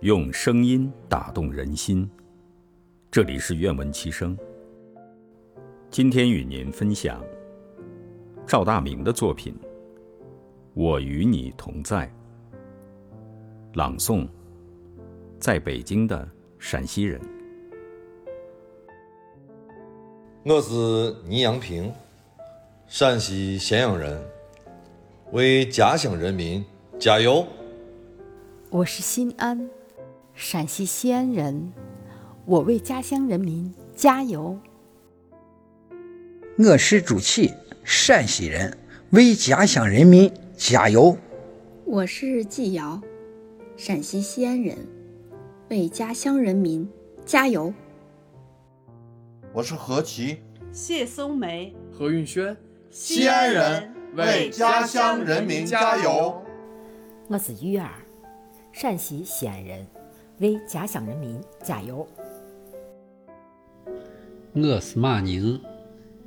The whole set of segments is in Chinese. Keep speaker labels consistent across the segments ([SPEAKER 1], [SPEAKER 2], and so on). [SPEAKER 1] 用声音打动人心。这里是愿闻其声。今天与您分享赵大明的作品《我与你同在》，朗诵，在北京的陕西人。
[SPEAKER 2] 我是倪阳平，陕西咸阳人，为家乡人民加油！
[SPEAKER 3] 我是新安，陕西西安人，我为家乡人民加油！
[SPEAKER 4] 我是朱启，陕西人，为家乡人民加油！
[SPEAKER 5] 我是季瑶，陕西西安人，为家乡人民加油！
[SPEAKER 6] 我是何其，
[SPEAKER 7] 谢松梅，
[SPEAKER 8] 何运轩，
[SPEAKER 6] 西安人，为家乡人民加油！
[SPEAKER 9] 我是玉儿，陕西西安人，为家乡人民加油！
[SPEAKER 10] 我是马宁，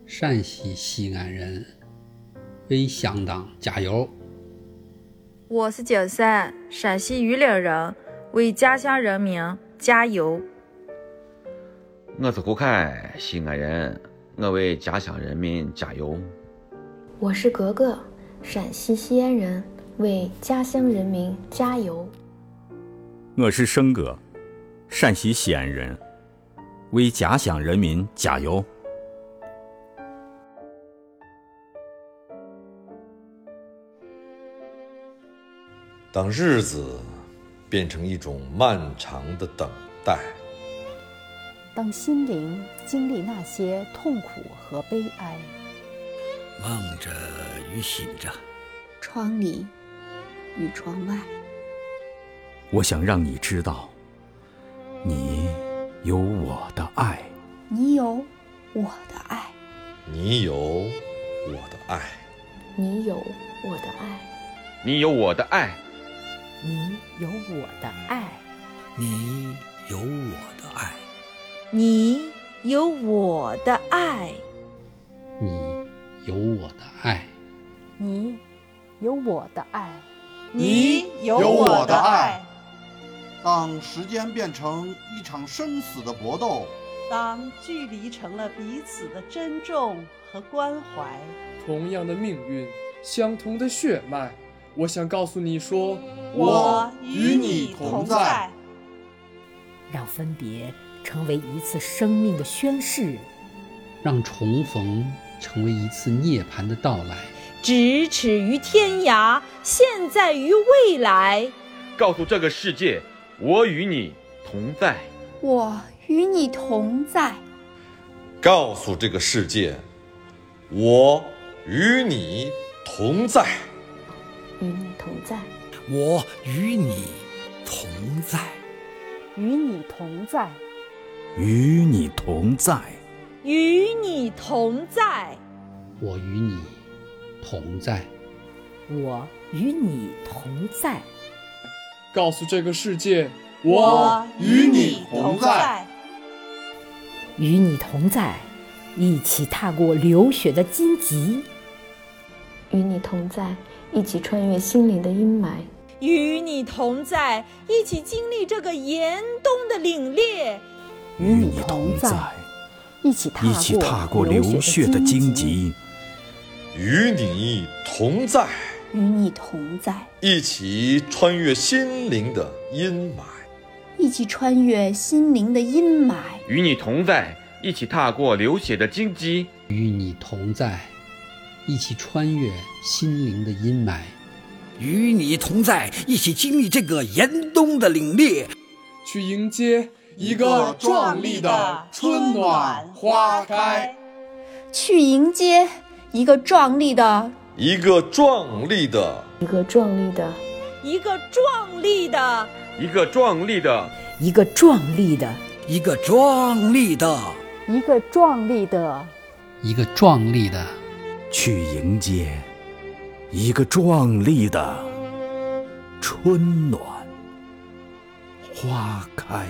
[SPEAKER 10] 陕西西安人，为乡党加油！
[SPEAKER 11] 我是景山，陕西榆林人，为家乡人民加油！
[SPEAKER 12] 我是胡凯，西安人，我为家乡人民加油！
[SPEAKER 13] 我是格格，陕西西安人，为家乡人民加油！
[SPEAKER 1] 我是生哥，陕西西安人，为家乡人民加油！
[SPEAKER 2] 当日子变成一种漫长的等待。
[SPEAKER 3] 当心灵经历那些痛苦和悲哀，
[SPEAKER 14] 望着与醒着，
[SPEAKER 5] 窗里与窗外，
[SPEAKER 1] 我想让你知道，你有我的爱，
[SPEAKER 5] 你有我的爱，
[SPEAKER 2] 你有我的爱，
[SPEAKER 13] 你有我的爱，
[SPEAKER 12] 你有我的爱，
[SPEAKER 9] 你有我的爱，
[SPEAKER 14] 你有我的爱。
[SPEAKER 15] 你有我的爱，
[SPEAKER 10] 你有我的爱，
[SPEAKER 3] 你有我的爱，
[SPEAKER 15] 你有我的爱。
[SPEAKER 6] 当时间变成一场生死的搏斗，
[SPEAKER 7] 当距离成了彼此的珍重和关怀，
[SPEAKER 8] 同样的命运，相同的血脉，我想告诉你说，
[SPEAKER 6] 我与你同在。
[SPEAKER 9] 让分别。成为一次生命的宣誓，
[SPEAKER 10] 让重逢成为一次涅槃的到来。
[SPEAKER 15] 咫尺于天涯，现在于未来。
[SPEAKER 12] 告诉这个世界，我与你同在。
[SPEAKER 5] 我与你同在。
[SPEAKER 2] 告诉这个世界，我与你同在。
[SPEAKER 13] 与你同在。
[SPEAKER 14] 我与你同在。
[SPEAKER 3] 与你同在。
[SPEAKER 1] 与你同在，
[SPEAKER 15] 与你同在，
[SPEAKER 10] 我与你同在，
[SPEAKER 9] 我与你同在。
[SPEAKER 8] 告诉这个世界，
[SPEAKER 6] 我与你同在，
[SPEAKER 9] 与你同在，一起踏过流血的荆棘；
[SPEAKER 13] 与你同在，一起穿越心灵的阴霾；
[SPEAKER 15] 与你同在，一起经历这个严冬的凛冽。
[SPEAKER 1] 与你同在，
[SPEAKER 3] 一起
[SPEAKER 1] 一起踏过流血的荆棘；
[SPEAKER 2] 与你同在，
[SPEAKER 3] 与你同在，
[SPEAKER 2] 一起穿越心灵的阴霾；
[SPEAKER 3] 一起穿越心灵的阴霾；
[SPEAKER 12] 与你同在，一起踏过流血的荆棘；
[SPEAKER 10] 与你同在，一起穿越心灵的阴霾；
[SPEAKER 14] 与你同在，一起经历这个严冬的凛冽，
[SPEAKER 8] 去迎接。
[SPEAKER 6] 一个壮丽的春暖花开，
[SPEAKER 3] 去迎接一个壮丽的，
[SPEAKER 2] 一个壮丽的，
[SPEAKER 13] 一个壮丽的，
[SPEAKER 15] 一个壮丽的，
[SPEAKER 12] 一个壮丽的，
[SPEAKER 9] 一个壮丽的，
[SPEAKER 14] 一个壮丽的，
[SPEAKER 3] 一个壮丽的，
[SPEAKER 10] 一个壮丽的，
[SPEAKER 1] 去迎接一个壮丽的春暖花开。